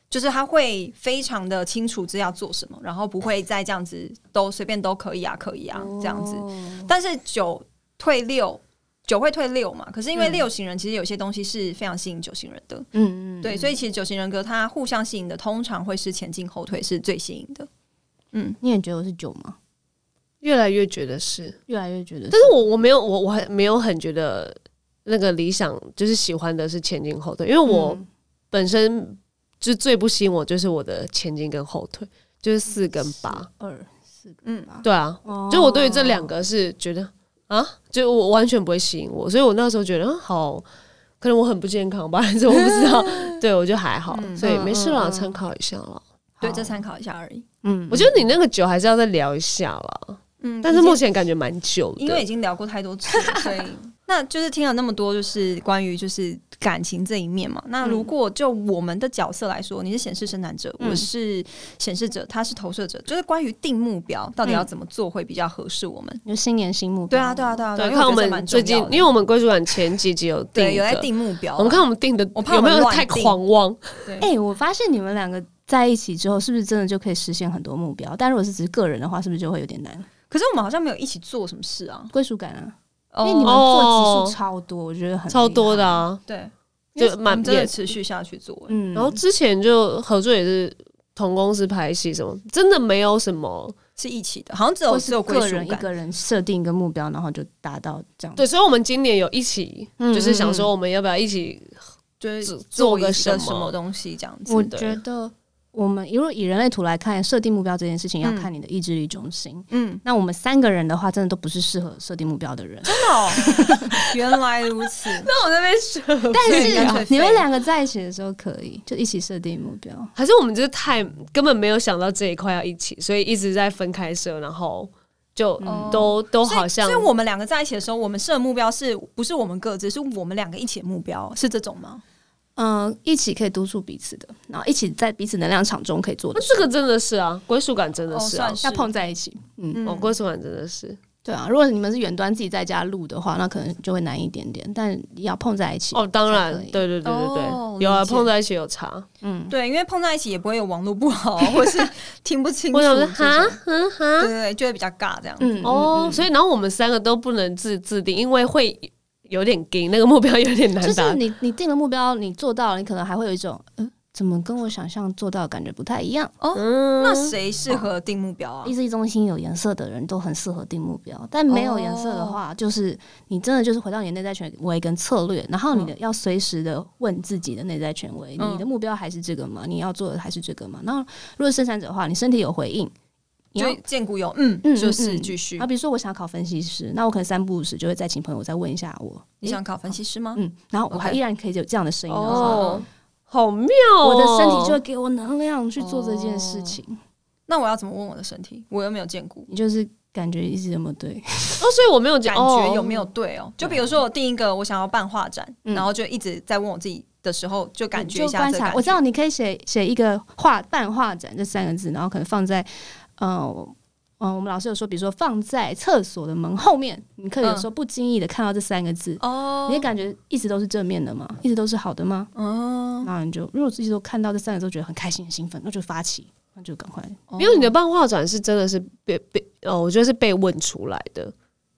Speaker 1: 就是他会非常的清楚知道要做什么，然后不会再这样子都随便都可以啊，可以啊这样子。
Speaker 3: 哦
Speaker 1: 但是九退六，九会退六嘛，可是因为
Speaker 3: 嗯
Speaker 1: 六型人其实有些东西是非常吸引九型人的，
Speaker 3: 嗯嗯，
Speaker 1: 对，所以其实九型人格它互相吸引的，通常会是前进后退是最吸引的。嗯，
Speaker 3: 你也觉得我是九吗？
Speaker 2: 越来越觉得是，
Speaker 3: 越来越觉得。
Speaker 2: 但是我我没有我我很没有很觉得那个理想就是喜欢的是前进后退，因为我
Speaker 3: 嗯
Speaker 2: 本身就最不吸引我就是我的前进跟后退，就是四跟八。
Speaker 3: 二四个
Speaker 1: 嗯
Speaker 3: 吧，
Speaker 2: 对啊，
Speaker 3: 哦
Speaker 2: 就我对于这两个是觉得啊，就我完全不会吸引我，所以我那时候觉得啊好，可能我很不健康吧，还是我不知 道。对，我就还好，
Speaker 1: 嗯
Speaker 2: 所以没事啦，
Speaker 3: 嗯嗯嗯
Speaker 2: 参考一下啦。
Speaker 1: 对，
Speaker 3: 好
Speaker 1: 这参考一下而已。
Speaker 3: 嗯
Speaker 2: 我觉得你那个酒还是要再聊一下啦，
Speaker 1: 嗯
Speaker 2: 但是目前感觉蛮久的，
Speaker 1: 因为已经聊过太多次了，所以那就是听了那么多，就是关于就是感情这一面嘛。那如果就我们的角色来说，你是显示生产者，
Speaker 3: 嗯
Speaker 1: 我是显示者，他是投射者，就是关于定目标到底要怎么做会比较合适我们。
Speaker 3: 有新年新目标，
Speaker 1: 对啊，对啊，对啊，
Speaker 2: 对，
Speaker 1: 因为
Speaker 2: 看我
Speaker 1: 觉得这
Speaker 2: 们
Speaker 1: 蛮
Speaker 2: 最近
Speaker 1: 重要，的
Speaker 2: 因为我们归属感前几集有定
Speaker 1: 对
Speaker 2: 一
Speaker 1: 有在
Speaker 2: 个，
Speaker 1: 定目标啊，
Speaker 2: 我们看我们定的
Speaker 1: 我怕
Speaker 2: 有
Speaker 1: 我
Speaker 2: 没
Speaker 1: 们
Speaker 2: 有
Speaker 1: 乱
Speaker 2: 太
Speaker 1: 定
Speaker 2: 狂妄，
Speaker 1: 对
Speaker 3: 哎、我发现你们两个在一起之后，是不是真的就可以实现很多目标？但如果是只是个人的话，是不是就会有点难？
Speaker 1: 可是我们好像没有一起做什么事啊，
Speaker 3: 归属感啊，
Speaker 1: 因
Speaker 3: 因为你们
Speaker 2: 哦
Speaker 3: 做集数超多，我觉得很
Speaker 2: 超多
Speaker 3: 厉害
Speaker 2: 的。啊。
Speaker 1: 对，
Speaker 2: 就
Speaker 1: 因为我
Speaker 2: 蛮
Speaker 1: 们真的
Speaker 2: 也
Speaker 1: 持续下去做、欸
Speaker 3: 嗯，
Speaker 2: 然后之前就合作也是同公司拍戏什么，真的没有什么。
Speaker 1: 是一起的，好像只有
Speaker 3: 或
Speaker 1: 只
Speaker 3: 是
Speaker 1: 有归
Speaker 3: 个
Speaker 1: 属
Speaker 3: 人一
Speaker 1: 感。
Speaker 3: 个人设定一个目标，然后就达到这样。
Speaker 2: 对，所以我们今年有一起，
Speaker 3: 嗯，
Speaker 2: 就是想
Speaker 3: 嗯
Speaker 2: 说我们要不要一起？
Speaker 1: 就是
Speaker 2: 做做
Speaker 1: 做一
Speaker 2: 个
Speaker 1: 个
Speaker 2: 什么
Speaker 1: 什么东西这样子，
Speaker 3: 我
Speaker 2: 对
Speaker 3: 觉得我们如果以人类图来看，设定目标这件事情要
Speaker 1: 嗯
Speaker 3: 看你的意志力中心。
Speaker 1: 嗯，
Speaker 3: 那我们三个人的话，真的都不是适合设定目标 的人。
Speaker 1: 真的、哦， 原来如此。
Speaker 2: 那我那边是，
Speaker 3: 但
Speaker 1: 所以干脆
Speaker 3: 是啊
Speaker 1: 废
Speaker 3: 你们两个在一起的时候可以，就一起设定目标。
Speaker 2: 还是我们就是太根本没有想到这一块要一起，所以一直在分开设，然后就
Speaker 1: 嗯
Speaker 2: 都都
Speaker 1: 所以
Speaker 2: 好像
Speaker 1: 所以我们两个在一起的时候，我们设的目标是不是我们各自，是我们两个一起的目标，是这种吗？
Speaker 3: 嗯、一起可以督促彼此的，然后一起在彼此能量场中可以做的
Speaker 2: 那
Speaker 3: 事，
Speaker 2: 这个真的是啊，归属感真的是啊
Speaker 1: 哦算，是
Speaker 3: 要碰在一起。嗯，
Speaker 2: 哦，归属感真的是。
Speaker 3: 对啊，如果你们是远端自己在家录的话，那可能就会难一点点，但要碰在一起。
Speaker 2: 哦，当然
Speaker 3: 才可，以
Speaker 2: 对对对对对，
Speaker 1: 哦
Speaker 2: 有啊，
Speaker 1: 理解
Speaker 2: 碰在一起有差。
Speaker 3: 嗯，
Speaker 1: 对，因为碰在一起也不会有网络不 好，或是听不清楚
Speaker 2: 我想
Speaker 1: 这
Speaker 2: 说，
Speaker 1: 种，
Speaker 2: 哈，嗯
Speaker 1: 对
Speaker 2: 哈，
Speaker 1: 对对，就会比较尬这样。
Speaker 3: 嗯，
Speaker 2: 哦，所以然后我们三个都不能自制定，因为会有点给那个目标有点难
Speaker 3: 就
Speaker 2: 达
Speaker 3: 是。你你定了目标，你做到了，你可能还会有一种，嗯，怎么跟我想象做到的感觉不太一样？
Speaker 2: 嗯
Speaker 1: 那谁适合定目标啊
Speaker 3: 意？志力，E 中心有颜色的人都很适合定目标，但没有颜色
Speaker 1: 哦
Speaker 3: 的话，就是你真的就是回到你的内在权威跟策略，然后你的要随时的问自己的内在权威，
Speaker 1: 嗯
Speaker 3: 你的目标还是这个吗？你要做的还是这个吗？那如果是生产者的话，你身体有回应，你要
Speaker 1: 就见骨有，嗯，
Speaker 3: 嗯
Speaker 1: 就是
Speaker 3: 嗯
Speaker 1: 继续
Speaker 3: 啊，。比如说我想要考分析师，那我可能三不五时就会再请朋友再问一下我，
Speaker 1: 你想考分析师吗？
Speaker 3: 嗯，然后我还
Speaker 1: 啊 OK
Speaker 3: 依然可以有这样的声音的话，
Speaker 2: 哦，好妙哦！
Speaker 3: 我的身体就会给我能量去做这件
Speaker 1: 哦
Speaker 3: 事情，
Speaker 1: 那我要怎么问我的身体？我又没有见骨。
Speaker 3: 你就是感觉一直这么对，
Speaker 2: 哦，所以我没有觉
Speaker 1: 感觉有没有对哦？就比如说我定一个我想要办画展，
Speaker 3: 嗯
Speaker 1: 然后就一直在问我自己的时候，就感觉
Speaker 3: 就
Speaker 1: 一下
Speaker 3: 观
Speaker 1: 这个
Speaker 3: 察
Speaker 1: 感，觉。
Speaker 3: 我知道你可以写写一个画办画展这三个字，然后可能放在，嗯、呃、嗯、我们老师有说，比如说放在厕所的门后面，你可以有时候不经意的看到这三个字，
Speaker 1: 哦
Speaker 3: 你会感觉一直都是正面的吗？一直都是好的吗？
Speaker 1: 哦，
Speaker 3: 那你就如果自己都看到这三个字，觉得很开心、很兴奋，那就发起，那就赶快。
Speaker 2: 因为你的漫画展是真的是被被哦，我觉得是被问出来的。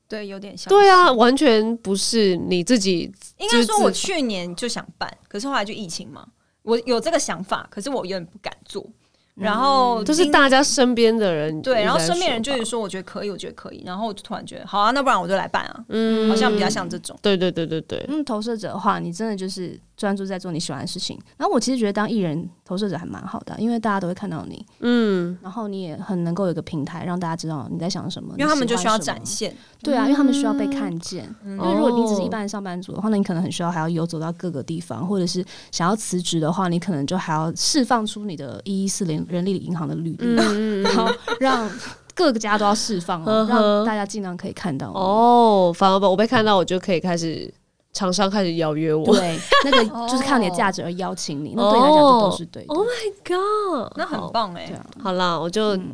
Speaker 1: 对有点像。
Speaker 2: 对，啊，完全不是你自己
Speaker 1: 应
Speaker 2: 就
Speaker 1: 该
Speaker 2: 是
Speaker 1: 说
Speaker 2: 自
Speaker 1: 我去年就想办，可是后来就疫情嘛，我有这个想法，可是我有点不敢做。
Speaker 3: 嗯
Speaker 1: 然后
Speaker 2: 都是
Speaker 1: 今
Speaker 2: 大家身边的人，
Speaker 1: 对，然后
Speaker 2: 应该
Speaker 1: 身边人
Speaker 2: 说
Speaker 1: 就
Speaker 2: 吧
Speaker 1: 是说我觉得可以，我觉得可以，然后我就突然觉得好啊，那不然我就来办啊，
Speaker 2: 嗯
Speaker 1: 好像比较像这种。
Speaker 2: 对对对对对，
Speaker 3: 嗯，投射者的话，你真的就是专注在做你喜欢的事情。然后我其实觉得当艺人投射者还蛮好的，啊因为大家都会看到你，
Speaker 2: 嗯，
Speaker 3: 然后你也很能够有一个平台让大家知道你在想什么，
Speaker 1: 因为他们
Speaker 3: 你喜
Speaker 1: 就
Speaker 3: 欢
Speaker 1: 需要
Speaker 3: 什么
Speaker 1: 展现，
Speaker 3: 对啊，因为他们需要被看见。嗯因为如果你只是一
Speaker 2: 哦
Speaker 3: 般的上班族的话，那你可能很需要还要游走到各个地方，或者是想要辞职的话，你可能就还要释放出你的一一四零人力银行的履历，
Speaker 2: 嗯嗯
Speaker 3: 然后让各个家都要释放、哦，
Speaker 2: 嗯哼
Speaker 3: 让大家尽量可以看到你。
Speaker 2: 哦，反而把我被看到，我就可以开始厂商开始邀约我。
Speaker 3: 对，那个就是靠你的价值而邀请你，那对你来讲就都是对的。
Speaker 2: 哦 God，
Speaker 1: 那很棒哎
Speaker 3: 嗯对，啊，
Speaker 2: 好啦，我就
Speaker 3: 嗯，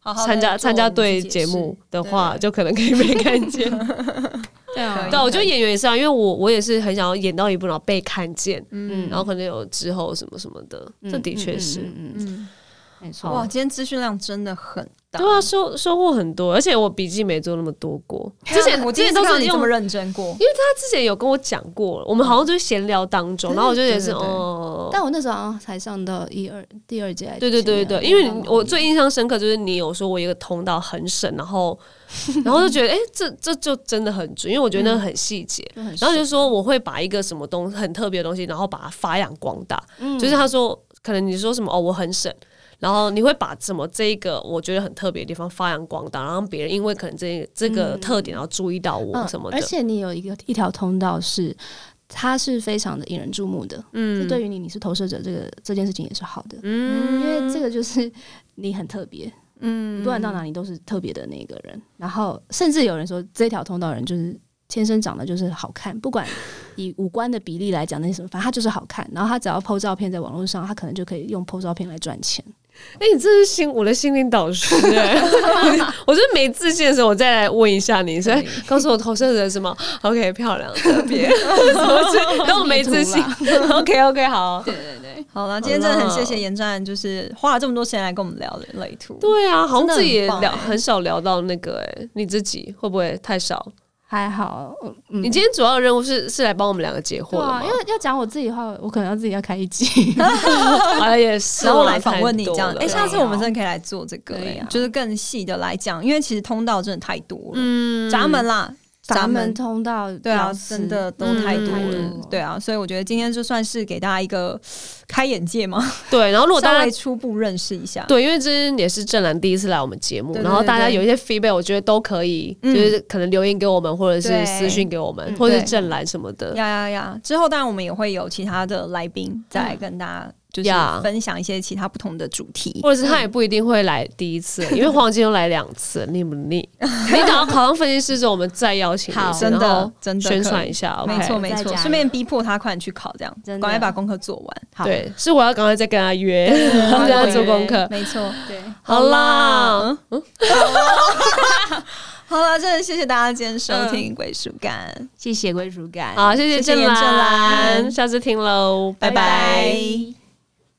Speaker 1: 好好地
Speaker 2: 参加
Speaker 1: 做
Speaker 2: 参加
Speaker 1: 你自己
Speaker 2: 对
Speaker 1: 的
Speaker 2: 节
Speaker 1: 事
Speaker 2: 目的话，
Speaker 1: 对
Speaker 2: 就可能可以被看见。
Speaker 1: 可
Speaker 3: 对啊
Speaker 1: 以
Speaker 2: 对啊，我觉得演员也是啊，因为我我也是很想要演到一部，然后被看见，
Speaker 3: 嗯
Speaker 2: 然后可能有之后什么什么的，
Speaker 3: 嗯
Speaker 2: 哦这的确是
Speaker 3: 嗯嗯嗯嗯
Speaker 1: 嗯，
Speaker 3: 没错。
Speaker 1: 哇，今天资讯量真的很大。
Speaker 2: 对啊，收收获很多，而且我笔记没做那么多过。 之前
Speaker 1: 我
Speaker 2: 之
Speaker 1: 第一
Speaker 2: 前
Speaker 1: 次
Speaker 2: 都
Speaker 1: 看到
Speaker 2: 是
Speaker 1: 你这
Speaker 2: 用
Speaker 1: 么认真过，
Speaker 2: 因为他之前有跟我讲过，我们好像就是闲聊当中，
Speaker 3: 对
Speaker 2: 然后我就也是
Speaker 3: 对对对
Speaker 2: 哦，
Speaker 3: 但我那时候好像才上到一二第二届还是
Speaker 2: 对
Speaker 3: 第
Speaker 2: 哦对
Speaker 3: 二届，
Speaker 2: 对对，因为
Speaker 3: 嗯
Speaker 2: 你我最印象深刻就是你有说我有一个通道很省，然后 然后就觉得哎、诶这这就真的很准，因为我觉得那很细节。
Speaker 3: 就很
Speaker 2: 然后就
Speaker 3: 顺
Speaker 2: 说我会把一个什么东很特别的东西，然后把它发扬光大。
Speaker 3: 嗯
Speaker 2: 就是他说，可能你说什么哦，我很省，然后你会把什么这一个我觉得很特别的地方发扬光大，然后让别人因为可能这这个
Speaker 3: 嗯
Speaker 2: 特点然后注意到我
Speaker 3: 嗯
Speaker 2: 什么的。
Speaker 3: 而且你有一个一条通道是，它是非常的引人注目的。这
Speaker 2: 嗯
Speaker 3: 对于你你是投射者这个这件事情也是好的，
Speaker 2: 嗯
Speaker 3: 因为这个就是你很特别，
Speaker 1: 嗯，
Speaker 3: 不管到哪里都是特别的那个人。然后甚至有人说这条通道人就是天生长得就是好看，不管以五官的比例来讲那是什么，反正他就是好看。然后他只要 PO 照片在网络上，他可能就可以用 PO 照片来赚钱。
Speaker 2: 哎、你这是心我的心灵导师、欸， 我就是没自信的时候，我再来问一下你，所以告诉我投射者什么？OK，漂 亮，特 别，什么之等我没自信 ，OK OK，好，
Speaker 1: 好了，今天真的很谢谢严战，就是花了这么多时间来跟我们聊雷图。
Speaker 2: 对啊，好
Speaker 1: 真的
Speaker 2: 像自己也
Speaker 1: 很棒
Speaker 2: 聊
Speaker 1: 欸
Speaker 2: 很少聊到那个、哎，你自己会不会太少？
Speaker 3: 还好，嗯嗯
Speaker 2: 你今天主要的任务是是来帮我们两个解惑
Speaker 3: 对
Speaker 2: 的
Speaker 3: 啊
Speaker 2: 吗，
Speaker 3: 因？为要讲我自己的话，我可能要自己要开一集。
Speaker 2: 啊，也是，
Speaker 1: 然后我来访问你
Speaker 2: 太
Speaker 1: 这
Speaker 2: 多
Speaker 1: 样，
Speaker 2: 了啊
Speaker 1: 哎、下次我们真的可以来做这个、
Speaker 3: 可以
Speaker 1: 哎、
Speaker 3: 啊
Speaker 1: 就是更细的来讲，因为其实通道真的太多了，
Speaker 2: 嗯
Speaker 1: 闸门啦，闸
Speaker 3: 咱
Speaker 1: 门
Speaker 3: 们通道
Speaker 1: 对啊，
Speaker 3: 屌丝
Speaker 1: 真的都
Speaker 2: 嗯
Speaker 1: 太多
Speaker 2: 太
Speaker 1: 了，
Speaker 3: 多了
Speaker 1: 对啊，所以我觉得今天就算是给大家一个开眼界嘛，
Speaker 2: 对，然后如果
Speaker 1: 稍
Speaker 2: 大
Speaker 1: 微
Speaker 2: 家。
Speaker 1: 初步认识一下，
Speaker 2: 对，因为这也是郑兰第一次来我们节目，
Speaker 1: 对对
Speaker 2: 然后大家
Speaker 1: 对
Speaker 2: 有一些 feedback，我觉得都可以，
Speaker 1: 嗯
Speaker 2: 就是可能留言给我们，或者是
Speaker 1: 对
Speaker 2: 私讯给我们，
Speaker 3: 嗯
Speaker 2: 或者是
Speaker 1: 对嗯
Speaker 2: 郑兰什么的。
Speaker 1: 呀呀呀！之后当然我们也会有其他的来宾再来跟大家就是
Speaker 2: 呀
Speaker 1: 分享一些其他不同的主题。
Speaker 2: 或者是他也不一定会来第一次，因为黄金又来两次，腻不腻？你等到考上分析师之后，我们再邀请
Speaker 3: 好
Speaker 2: 你，
Speaker 1: 真
Speaker 2: 然后
Speaker 1: 的真的
Speaker 2: 宣
Speaker 1: 可
Speaker 2: 传
Speaker 1: 以
Speaker 2: 一下，OK。
Speaker 1: 没错没
Speaker 3: 再
Speaker 1: 错，
Speaker 3: 加
Speaker 1: 顺便逼迫他快点去考，这样
Speaker 3: 真
Speaker 1: 赶快
Speaker 3: 的
Speaker 1: 把功课做完。好，
Speaker 2: 对，是我要赶快再跟他约， 跟他做功课。
Speaker 1: 没错。
Speaker 3: 对，
Speaker 2: 好啦，
Speaker 1: 好了，真的谢谢大家今天收听
Speaker 2: 嗯
Speaker 1: 《归属感》
Speaker 3: 谢谢归属感
Speaker 2: 好，谢谢
Speaker 1: 谢谢
Speaker 2: 郑
Speaker 1: 严正
Speaker 2: 兰，
Speaker 1: 兰
Speaker 2: 下次听喽，
Speaker 1: 拜拜
Speaker 3: 拜拜